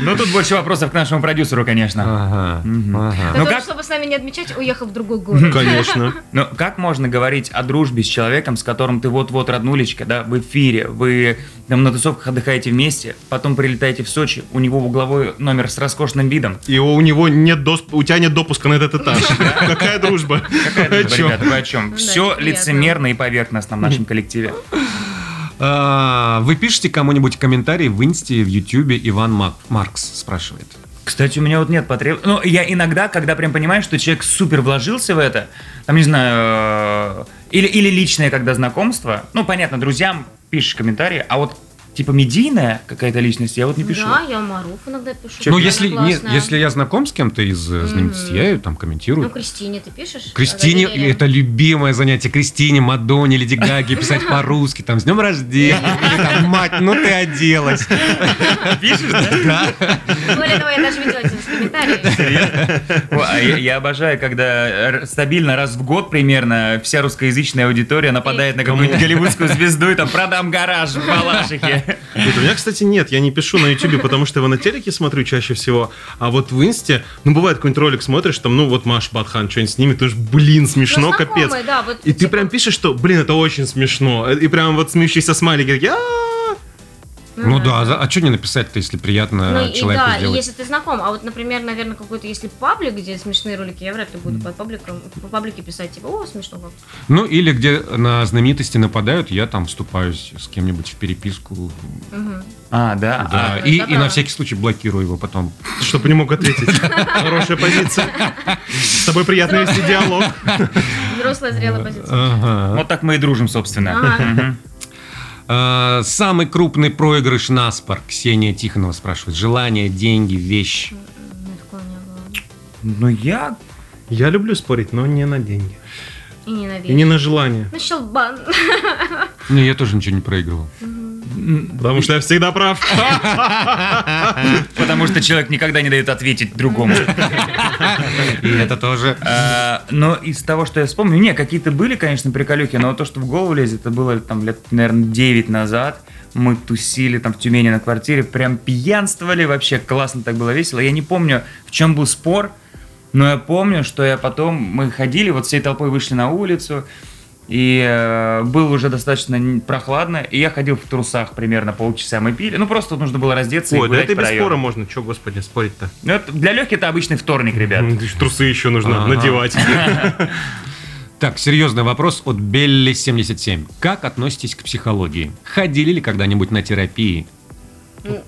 S4: Но тут больше вопросов к нашему продюсеру, конечно.
S3: Ага. ага.
S4: Ну
S6: Который,
S4: как-
S6: чтобы с нами не отмечать, уехал в другой город.
S2: Конечно.
S4: Но Ну, как можно говорить о дружбе с человеком, с которым ты вот-вот роднулечка, да, в эфире, вы там на тусовках отдыхаете вместе, потом прилетаете в Сочи, у него угловой номер с роскошным видом.
S2: И у у него нет досп... у тебя нет допуска на этот этаж. Какая дружба?
S4: Какая
S2: О
S4: дружба,
S2: чём?
S4: ребята, вы о чем?
S6: да,
S4: Все
S6: неприятно.
S4: лицемерно и поверхностно в нашем коллективе.
S3: А, Вы пишете кому-нибудь комментарии в Инсте, в Ютубе? Иван Мак- Маркс спрашивает.
S4: Кстати, у меня вот нет потреб... Ну, я иногда, когда прям понимаю, что человек супер вложился в это, там, не знаю, э, или, или личное, когда знакомство, ну, понятно, друзьям пишешь комментарии, а вот типа медийная какая-то личность, я вот не пишу.
S6: Да, я Маруф иногда пишу.
S3: Ну,
S6: Она
S3: если, нет,
S6: классная.
S3: если я знаком с кем-то из э, знаменитостей, я ее там комментирую.
S6: Ну, Кристине ты пишешь?
S3: Кристине,
S6: Доверие.
S3: это любимое занятие Кристине, Мадонне, Леди Гаги, писать по-русски, там, с днем рождения, или там, мать, ну ты оделась.
S4: Пишешь, да?
S6: Более того, я даже видела эти комментарии.
S4: О, а Я я обожаю, когда э, р- стабильно раз в год примерно вся русскоязычная аудитория нападает на какую-нибудь голливудскую звезду и там продам гараж в Балашихе.
S2: Нет, у меня, кстати, нет, я не пишу на Ютубе, потому что его на телеке смотрю чаще всего, а вот в Инсте, ну, бывает какой-нибудь ролик смотришь, там, ну, вот Маш Батхан что-нибудь снимет, ты ж, блин, смешно,
S6: Ну, знакомые,
S2: капец.
S6: да, вот,
S2: И ты
S6: типа-
S2: прям пишешь, что, блин, это очень смешно, и прям вот смеющийся смайлики, такие, «А-а-а».
S3: Ну да, за- а что не написать-то, если
S6: Ну,
S3: приятно
S6: и
S3: человеку
S6: да, и
S3: А, сделать?
S6: если ты знаком. А вот, например, наверное, какой-то, если паблик, где смешные ролики, я вряд ли буду под пабликом, по паблике писать, типа, о, смешно как.
S3: Ну или где на знаменитости нападают, я там вступаюсь с кем-нибудь в переписку.
S4: А, да.
S3: Да,
S4: а,
S3: и,
S6: это
S3: и
S6: да.
S3: на всякий случай блокирую его потом.
S2: чтобы не мог ответить. Хорошая позиция. С тобой приятно вести диалог.
S6: Взрослая, зрелая позиция.
S3: Ага.
S4: А, Вот так мы и дружим, собственно.
S6: Ага.
S4: Мгм.
S3: А, самый крупный проигрыш на спор. Ксения Тихонова спрашивает. Желание, деньги, вещь.
S6: Ну, такого не было.
S4: Ну, я...
S2: Я люблю спорить, но не на деньги.
S6: И ненавижу.
S2: И не на желание.
S6: Ну, щелбан.
S3: Не, «Ну, я тоже ничего не проигрывал.
S2: Потому что я всегда прав.
S4: Потому что человек никогда не дает ответить другому.
S3: И это тоже.
S4: А, Но из того, что я вспомню, не, какие-то были, конечно, приколюхи, но то, что в голову лезет, это было там лет, наверное, 9 назад. Мы тусили там в Тюмени на квартире, прям пьянствовали, вообще классно так было весело. Я не помню, в чем был спор, но я помню, что я потом, мы ходили, вот всей толпой вышли на улицу, и э, было уже достаточно н- прохладно, и я ходил в трусах примерно полчаса, мы пили, ну просто вот нужно было раздеться и
S2: Ой, да
S4: гулять
S2: это
S4: по
S2: без
S4: району.
S2: спора можно, что, господи, спорить-то.
S4: Ну, это- для легких это обычный вторник, ребят.
S2: М, Трусы еще нужно
S3: Ага.
S2: надевать.
S3: Так, серьезный вопрос от Белли77. Как относитесь к психологии? Ходили ли когда-нибудь на терапии?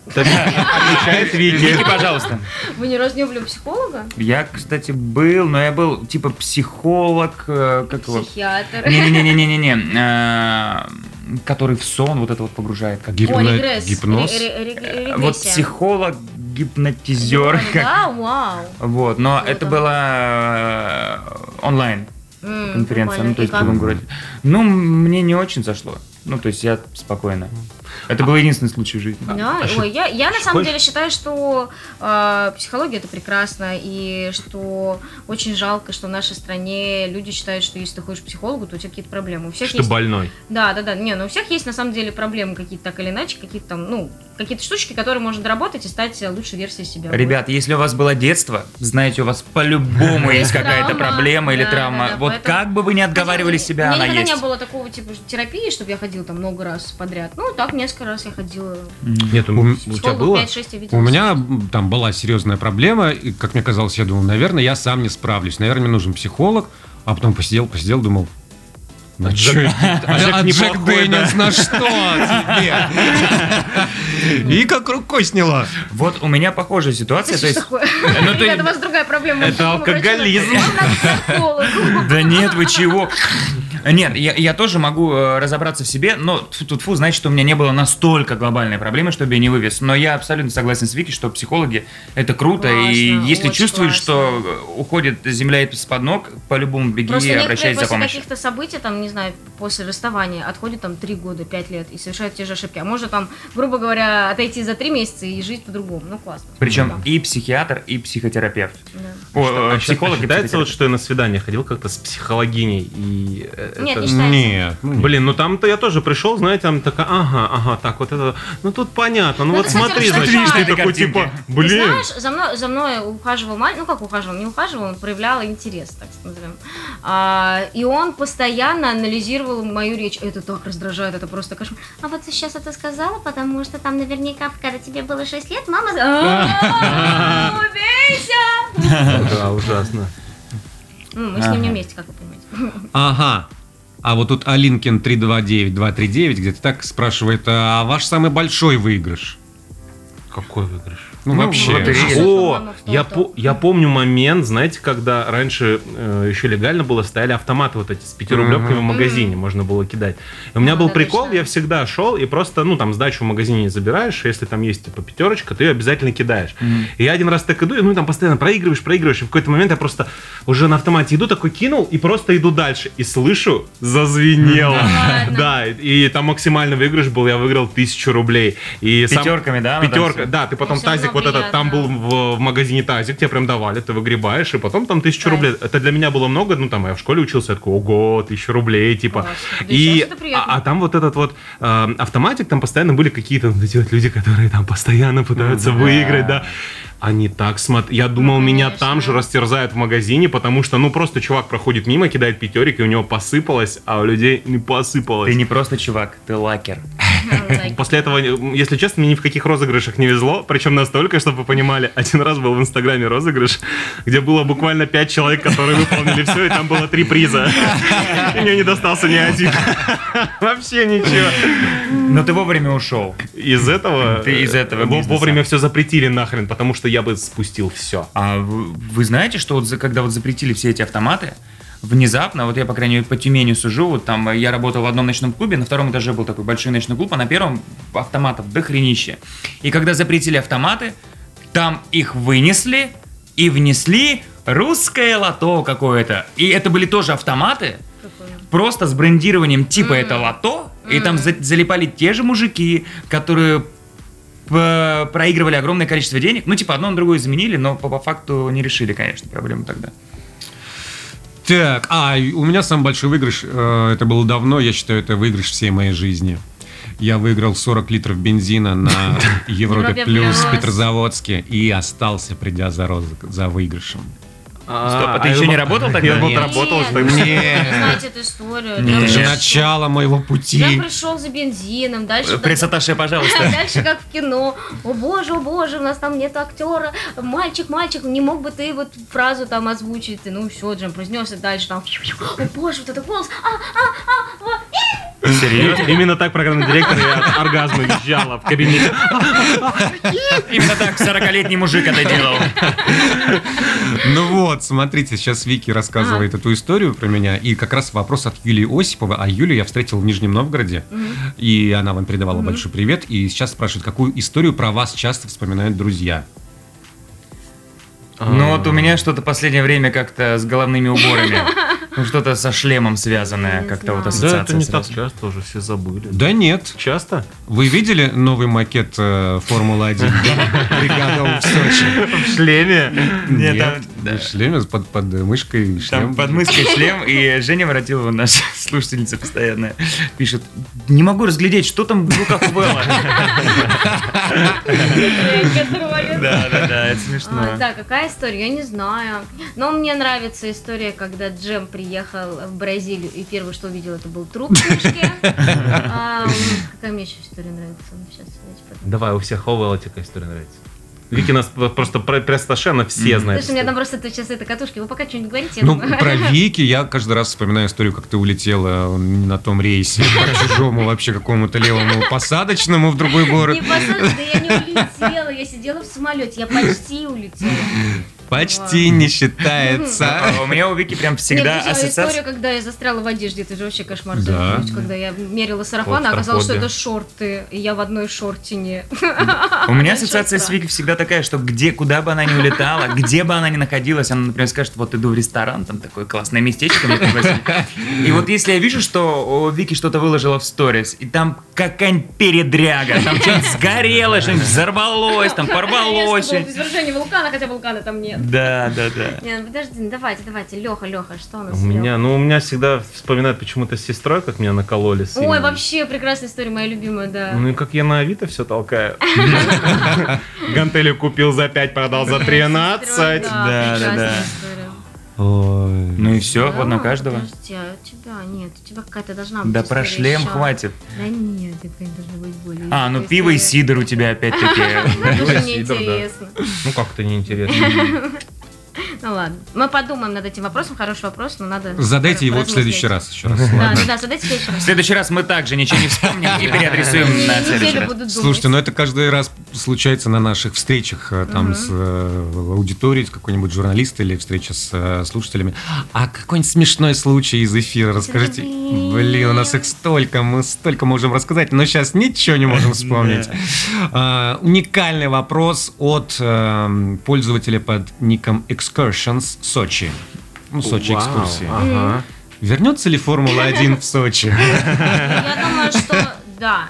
S2: Отвечает Вики.
S4: Вики, пожалуйста.
S6: Вы ни разу не были у психолога?
S4: Я, кстати, был, но я был типа психолог, э, как его?
S6: Психиатр.
S2: Ну,
S4: Не-не-не-не-не-не, э, который в сон вот это вот погружает. Как...
S6: О,
S3: Гипно-
S6: регресс.
S3: Гипноз?
S6: Ре- ре- ре-
S4: Э, Вот
S6: регрессия.
S4: психолог, гипнотизер. как-
S6: Да, вау.
S4: Вот, но
S6: Круто.
S4: это была онлайн
S6: М,
S4: конференция,
S6: прикольно.
S4: ну то
S6: И
S4: есть в
S6: как?
S4: другом городе. Ну, мне не очень зашло. Ну, то есть я спокойно. Это был единственный случай в жизни.
S6: А. Да,
S2: а что-
S6: ой, я, я на
S2: что
S6: самом
S2: хочешь?
S6: деле считаю, что э, психология это прекрасно, и что очень жалко, что в нашей стране люди считают, что если ты ходишь к психологу, то у тебя какие-то проблемы. У всех
S2: Что
S6: есть.
S2: больной.
S6: Да, да, да. Не, ну у всех есть на самом деле проблемы какие-то так или иначе, какие-то там, ну, какие-то штучки, которые можно доработать и стать э, лучшей версией себя.
S4: Ребят, если у вас было детство, знаете, у вас по-любому есть какая-то
S6: Травма,
S4: проблема или
S6: да,
S4: травма.
S6: да, да,
S4: Вот
S6: поэтому-
S4: как бы вы ни отговаривали
S6: у
S4: себя,
S6: меня
S4: она
S6: никогда
S4: есть.
S6: не было такого типа терапии, чтобы я ходила там много раз подряд. Ну, так несколько раз я ходила.
S2: Нет, у,
S3: У-
S2: у тебя было?
S6: 5-6 я видела.
S3: У меня м, там была серьезная проблема, и, как мне казалось, я думал, наверное, я сам не справлюсь, наверное, мне нужен психолог, а потом посидел, посидел, думал, на чё- а
S2: Джек
S3: а Джек
S2: неплохой, да.
S3: Дэниелс на что тебе? И как рукой сняла.
S4: Вот у меня похожая ситуация.
S6: Это
S4: То
S6: что
S4: есть...
S6: такое?
S4: Ну, то
S6: Ребята, у
S4: есть-
S6: вас другая проблема.
S2: Это
S6: Вам врачу
S2: алкоголизм.
S6: надо- вам надо к психологу.
S4: Да нет, вы чего? Нет, я, я тоже могу э, разобраться в себе, но тут фу значит, что у меня не было настолько глобальной проблемы, чтобы я не вывез. Но я абсолютно согласен с Вики, что психологи это круто, и
S6: Классно,
S4: если
S6: очень
S4: чувствуешь,
S6: классно.
S4: что уходит земля из-под ног, по-любому беги
S6: Просто
S4: и
S6: некоторые
S4: обращайся за
S6: после
S4: помощью.
S6: каких-то событий, там, не знаю, после расставания отходят там 3 года, 5 лет и совершают те же ошибки. А можно там, грубо говоря, отойти за 3 месяца и жить по-другому. Ну, классно.
S4: Причем
S6: Да,
S4: и психиатр, и психотерапевт.
S6: да.
S4: О, э,
S2: А психолог
S4: психолог и
S2: считается, вот,
S4: психотерапевт.
S2: что я на свидание ходил как-то с психологиней. И э,
S6: Нет,
S2: это-
S6: не считается.
S3: Нет. ну нет.
S2: Блин, ну там-то я тоже пришел, знаете, там такая, ага, ага, так вот это, ну тут понятно, ну
S6: Ну,
S2: вот
S6: это, кстати,
S2: смотри,
S6: очень
S2: значит,
S6: жаль.
S2: ты такой
S4: Картинки.
S2: типа,
S6: Ты
S2: блин,
S6: знаешь, за мной, за мной ухаживал мальчик, ну как ухаживал, не ухаживал, он проявлял интерес, так назовем. А, и он постоянно анализировал мою речь. Это так раздражает, это просто кошмар. А вот сейчас это сказала, потому что там наверняка, когда тебе было 6 лет, мама... за- А, Убейся!
S2: да, ужасно.
S6: Ну, Мы с ним не вместе, как вы понимаете.
S3: Ага. А вот тут Алинкин 329-239 где-то так спрашивает, а ваш самый большой выигрыш?
S2: Какой выигрыш?
S3: Ну, вообще.
S2: О,
S4: лотерея.
S6: Что-то там,
S2: я,
S6: что-то.
S2: по- я помню момент, знаете, когда раньше э, еще легально было, стояли автоматы вот эти с пятирублевками в магазине, можно было кидать. И у меня
S6: Ну,
S2: был
S6: да,
S2: прикол,
S6: точно.
S2: я всегда шел и просто, ну, там, сдачу в магазине забираешь, если там есть, типа, пятерочка, ты ее обязательно кидаешь. И я один раз так иду, и, ну, там, постоянно проигрываешь, проигрываешь, и в какой-то момент я просто уже на автомате иду, такой кинул, и просто иду дальше, и слышу, зазвенело.
S6: Ладно.
S2: Да, и и там максимальный выигрыш был, я выиграл тысячу рублей. И сам-
S4: Пятерками, да, она там
S2: Пятерка,
S4: всё?
S2: да, ты потом
S6: Очень
S2: тазик вот
S6: много
S2: этот, там был
S6: приятного.
S2: в, в магазине тазик, тебе прям давали, ты выгребаешь, и потом там тысячу
S6: Кайф.
S2: рублей. Это для меня было много, ну там я в школе учился, я такой, ого, тысяча рублей, типа.
S6: Класс. Да и
S2: И,
S6: сейчас это
S2: а,
S6: приятно.
S2: а там вот этот вот э, автоматик, там постоянно были какие-то вот эти вот люди, которые там постоянно пытаются выиграть, да. Они так смотрят. Я думал, меня
S6: Ну, конечно.
S2: там же растерзают в магазине, потому что, ну, просто чувак проходит мимо, кидает пятерик, и у него посыпалось, а у людей не посыпалось.
S4: Ты не просто чувак, ты лакер.
S6: А, Лайк.
S2: После этого, э, если честно, мне ни в каких розыгрышах не везло. Причем настолько, чтобы вы понимали, один раз был в Инстаграме розыгрыш, где было буквально пять человек, которые выполнили все, и там было три приза. И мне не достался ни один. Вообще ничего.
S4: Но ты вовремя ушел.
S2: Из этого...
S4: Ты из этого
S2: э, во-
S4: бизнеса.
S2: Вовремя все запретили нахрен, потому что я бы спустил все.
S4: А вы, вы знаете, что вот за- когда вот запретили все эти автоматы, внезапно, вот я, по крайней мере, по Тюмени сужу, вот там э, я работал в одном ночном клубе, на втором этаже был такой большой ночной клуб, а на первом автоматов дохренище. И когда запретили автоматы, там их вынесли и внесли русское лото какое-то. И это были тоже автоматы, просто с брендированием типа это лото, и там за- залипали те же мужики, которые п- проигрывали огромное количество денег. Ну, типа, одно на другое заменили, но по, по факту не решили, конечно, проблему тогда.
S3: Так, а и у меня самый большой выигрыш, э, это было давно, я считаю, это выигрыш всей моей жизни. Я выиграл 40 литров бензина на Европе
S6: Европе
S3: Плюс
S6: плюс.
S3: в Петрозаводске и остался, придя за, розы- за выигрышем.
S4: Стоп, а ты еще не работал
S2: Я
S4: тогда?
S2: вот
S4: Нет.
S2: работал.
S6: Нет.
S2: так что-
S6: Знаете эту историю?
S4: Не.
S6: Там
S3: Это же
S4: Конечно.
S3: начало моего пути.
S6: Я пришел за бензином, дальше...
S4: Э, Пресс-атташе,
S6: А
S4: пожалуйста.
S6: дальше как в кино. О боже, о боже, у нас там нет актера. Мальчик, мальчик, не мог бы ты вот фразу там озвучить? И, Ну все, Джем, проснешься дальше там. О боже, вот этот голос. А, а, а, а.
S2: Серьезно? Именно так программный директор и от оргазма визжала в кабинете.
S4: Именно так 40-летний мужик это делал.
S3: Ну вот, смотрите, сейчас Вики рассказывает эту историю про меня. И как раз вопрос от Юлии Осиповой. А Юлю я встретил в Нижнем Новгороде. И она вам передавала большой привет. И сейчас спрашивает, какую историю про вас часто вспоминают друзья?
S4: Ну вот у меня что-то последнее время как-то с головными уборами. Ну что-то со шлемом связанное,
S6: Не
S4: как-то
S6: знаю.
S4: вот
S6: Да,
S2: Да, это
S4: ассоциация.
S2: не так
S4: сразу.
S2: часто уже, все забыли.
S3: Да нет.
S2: Часто?
S3: Вы видели новый макет э, Формулы-1 бригада в Сочи?
S2: В шлеме.
S4: Нет, там- да.
S3: в шлеме с под, под мышкой
S4: Там
S3: шлем.
S4: под мышкой шлем, и Женя Воротилова, наша слушательница постоянная, пишет, не могу разглядеть, что там в руках у Белла. Да, да, да, это
S6: А,
S4: смешно.
S6: Да, какая история, я не знаю. Но мне нравится история, когда Джем приехал в Бразилию, и первое, что увидел, это был труп в мешке. Ам, Какая мне еще история нравится? Ну, Сейчас, давайте подумаем.
S2: Давай, у всех Ховелла такая история нравится. Вики нас просто про Престашена все знают.
S6: Слушай, у меня там просто сейчас это катушки, вы пока что-нибудь говорите. я
S3: Ну,
S6: думаю.
S3: про Вики я каждый раз вспоминаю историю, как ты улетела не на том рейсе, по чужому вообще какому-то левому посадочному в другой город.
S6: Не посадочный, да я не улетела, я сидела в самолете, я почти улетела.
S3: Почти не считается.
S4: А У меня у Вики прям
S6: Мне
S4: всегда
S6: обещала история,
S4: ассоциация...
S6: а когда я застряла в одежде, это же вообще кошмар.
S3: Да.
S6: Ночь, Когда я мерила сарафан,
S2: Вот
S6: а оказалось, что
S2: страхотно.
S6: это шорты, и я в одной шортине.
S4: У меня
S6: Большой
S4: ассоциация с
S6: страх.
S4: Вики всегда такая, что где, куда бы она ни улетала, где бы она ни находилась, она, например, скажет, вот иду в ресторан, там такое классное местечко меня пригласили. И вот если я вижу, что о, Вики что-то выложила в сторис, и там какая-нибудь передряга, там что-нибудь сгорело, что-нибудь взорвалось, там порвалось.
S6: Я извержение вулкана, хотя вулкана там нет.
S4: Да, да, да.
S6: Не, ну подожди, ну давайте, давайте, Леха, Леха, что у нас?
S2: У меня, ну, у меня всегда вспоминают почему-то с сестрой, как меня накололи.
S6: Лёха?
S2: сильно.
S6: Ой, вообще прекрасная история, моя любимая, да.
S2: Ну и как я на Авито все толкаю. Гантели купил за 5, продал за 13.
S4: Да, да,
S6: прекрасная
S4: да.
S6: история.
S3: Ой.
S4: Ну и все, вот на
S6: Да,
S4: каждого.
S6: Подожди, а у тебя нет, у тебя какая-то должна быть
S4: Да
S6: история
S4: про шлем
S6: ща.
S4: хватит.
S6: Да нет, это конечно, должна быть более. Ну,
S4: А, ну
S6: история.
S4: пиво и сидор у тебя опять-таки.
S6: Тоже
S2: Сидор, да.
S6: неинтересно.
S2: Ну как-то неинтересно.
S6: Ну ладно. Мы подумаем над этим вопросом. Хороший вопрос, но надо...
S3: Задайте его в
S6: поразмыслить.
S3: следующий раз еще раз.
S6: Да,
S3: ладно?
S6: да, да, задайте в следующий
S4: В
S6: раз.
S4: следующий раз мы также ничего не вспомним и переадресуем на следующий
S6: Неделю
S4: раз.
S6: будут думать.
S3: Слушайте, ну это каждый раз случается на наших встречах э, там с э, аудиторией, с какой-нибудь журналистом или встреча с э, слушателями. А какой-нибудь смешной случай из эфира расскажите.
S6: блин.
S3: Блин, у нас их столько, мы столько можем рассказать, но сейчас ничего не можем вспомнить. А, Уникальный вопрос от эм, пользователя под ником Excursions Сочи. Ну, Сочи экскурсии.
S2: Ага.
S3: Вернется ли Формула-1 в Сочи?
S6: Я думаю, что да.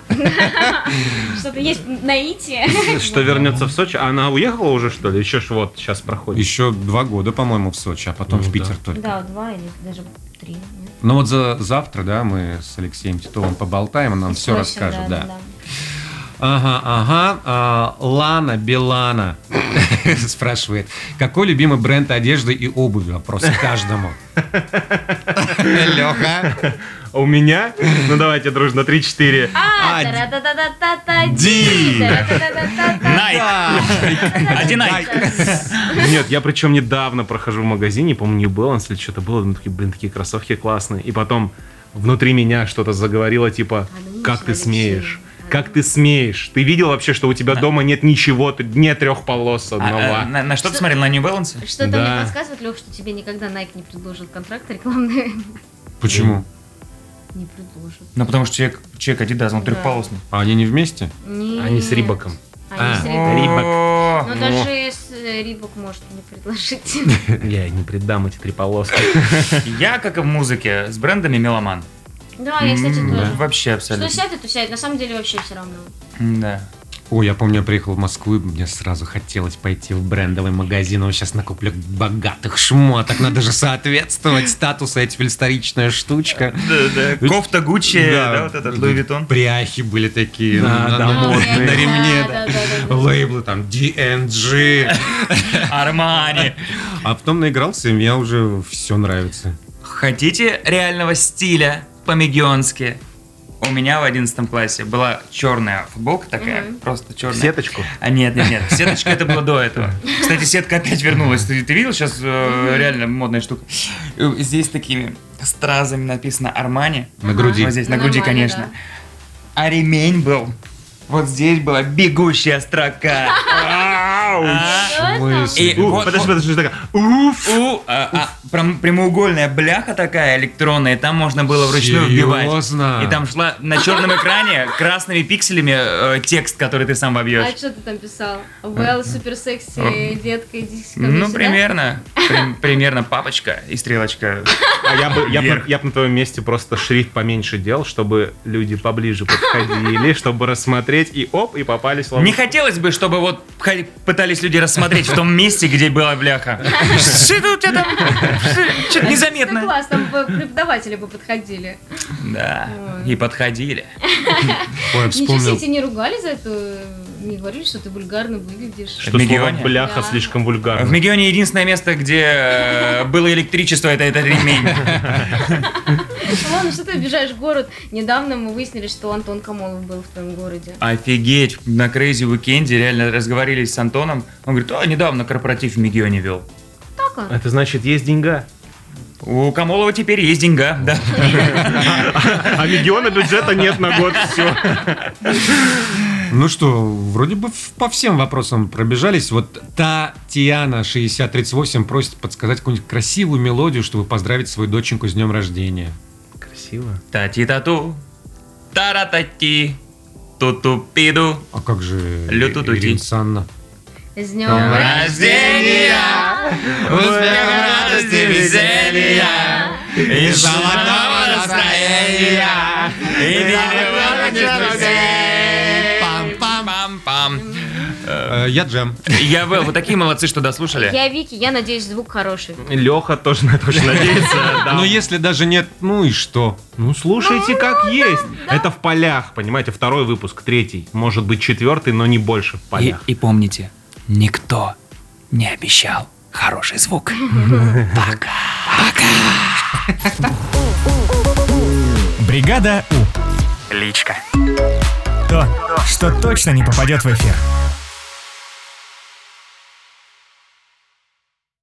S6: Что-то есть наитие.
S2: Что вернется в Сочи? А Она уехала уже, что ли? Еще ж вот сейчас проходит.
S3: Еще два года, по-моему, в Сочи, а потом
S2: Ну
S3: в
S2: да.
S3: Питер только.
S6: Да, два или даже три. нет?
S3: Ну вот за завтра, да, мы с Алексеем Титовым поболтаем, он нам все
S6: Точно,
S3: расскажет, да. Ага, ага. А, Лана Белана спрашивает, какой любимый бренд одежды и обуви? Вопрос к каждому. Леха.
S2: А у меня? Ну давайте дружно, 3-4.
S6: А,
S3: А,
S6: та-ра-та-та-та-та,
S3: Ди.
S6: та-ра-та-та-та-та.
S4: Найк, один Найк.
S2: Нет, я причем недавно прохожу в магазине, помню, New Balance или что-то было, ну, такие, блин, такие кроссовки классные. И потом внутри меня что-то заговорило, типа,
S6: ну,
S2: как ты
S6: Алексей,
S2: смеешь?
S6: а ну».
S2: Как ты смеешь? Ты видел вообще, что у тебя дома нет ничего, ты- не трех полос
S4: А, а,
S2: одного?
S4: На на что ты смотрел? На New Balance?
S6: Что-то
S2: Да.
S6: мне подсказывает, Лех, что тебе никогда Nike не предложит контракт рекламный.
S3: Почему?
S6: Не предложит.
S4: Ну, потому что человек, человек Adidas, он трехполосный.
S3: А они не вместе?
S6: Нет.
S2: Они А с Рибаком.
S6: Они с
S3: А.
S6: Рибаком.
S4: О,
S6: Ну, даже с Рибок может не предложить.
S2: Я не предам эти три полоски.
S4: Я, как и в музыке, с брендами меломан.
S6: Да, я, кстати, тоже.
S4: Вообще
S6: Что
S4: абсолютно.
S6: сядет, то сядет. На самом деле вообще все равно.
S4: Да.
S3: Ой, я помню, я приехал в Москву, и мне сразу хотелось пойти в брендовый магазин. Вот сейчас накуплю богатых шмоток. Надо же соответствовать статусу. Это теперь старичная штучка.
S4: Кофта Гуччи, да, вот этот Луи Витон.
S3: Пряхи были такие
S2: Да,
S3: на,
S2: да,
S3: на-
S2: модные.
S3: А, на ремне.
S6: А, Да, да, да, да.
S3: Лейблы там DNG.
S4: Армани.
S3: А потом наигрался, и мне уже все нравится.
S4: Хотите реального стиля по-мегионски? У меня в 11 классе была черная футболка такая, просто черная.
S2: Сеточку?
S4: А нет, нет, нет, сеточка это было до этого. Кстати, сетка опять вернулась. Ты, ты видел сейчас реально модная штука? Э, Здесь такими стразами написано Армани.
S3: На груди.
S4: Вот здесь, на груди,
S6: Нормально,
S4: конечно. А ремень был. Вот здесь была бегущая строка. А,
S6: Что это?
S3: Ну,
S4: И
S2: У,
S4: вот-
S2: Подожди, подожди, такая. Уф!
S4: У, а, а, прям прямоугольная бляха такая электронная, и там можно было вручную
S3: Серьезно?
S4: вбивать. И там шла на черном экране красными пикселями э, текст, который ты сам
S6: А
S4: вобьешь.
S6: что ты там писал? Well, супер секси, детка, иди ко мне
S4: Ну,
S6: сюда.
S4: примерно. Прим- примерно папочка и стрелочка.
S2: А я бы, я, бы-
S4: Вверх.
S2: я бы на твоем месте просто шрифт поменьше делал, чтобы люди поближе подходили, чтобы рассмотреть, и оп, и попались в
S4: Не
S2: ловушку.
S4: хотелось бы, чтобы вот ха- пытались люди рассмотреть в том месте, где была бляха. Что это у тебя там? Что-то
S6: Ну,
S4: незаметно.
S6: класс, там бы преподаватели бы подходили.
S4: Да, и подходили.
S3: Ой,
S6: Ничего себе,
S3: вспомнил.
S6: тебя не ругали за это? Не говорили, что ты вульгарно выглядишь?
S2: Что слово
S4: Мегионе?
S2: бляха
S6: Да.
S2: слишком
S4: В
S2: вульгарно.
S4: Мегионе единственное место, где э, было электричество, это этот ремень.
S6: Ну, Ладно, что ты обижаешь город? Недавно мы выяснили, что Антон Камолов был в твоем городе.
S4: Офигеть, на Крейзи Уикенде реально разговорились с Антоном. Он говорит, а, недавно корпоратив в Мегионе вел.
S6: Так он?
S2: Это значит, есть деньга.
S4: У Камолова теперь есть деньга, да.
S2: А миллиона бюджета нет на год, все.
S3: Ну что, вроде бы в- по всем вопросам пробежались. Вот Татьяна 6038 просит подсказать какую-нибудь красивую мелодию, чтобы поздравить свою доченьку с днем рождения.
S2: Красиво.
S4: Тати-тату, тара-тати, ту-ту-пиду.
S3: А как же
S4: Люту-тути.
S3: Ирина Санна?
S6: С днем
S3: Давай.
S4: Рождения, успеха, радости, веселья, и золотого настроения, и миллионов друзей. Пам-пам-пам.
S3: Э, Я Джем.
S4: Я вы, вы такие молодцы, что дослушали.
S6: Я Вики, я надеюсь, звук хороший.
S2: Леха тоже на это очень надеется.
S4: А.
S2: да.
S3: Но если даже нет, ну и что?
S2: Ну, слушайте, как есть. Это в полях, понимаете, второй выпуск, третий, может быть, четвертый, но не больше в
S7: И,
S2: полях.
S7: и помните, никто не обещал хороший звук. Пока.
S8: Бригада У.
S7: Личка.
S8: То, что точно не попадет в эфир.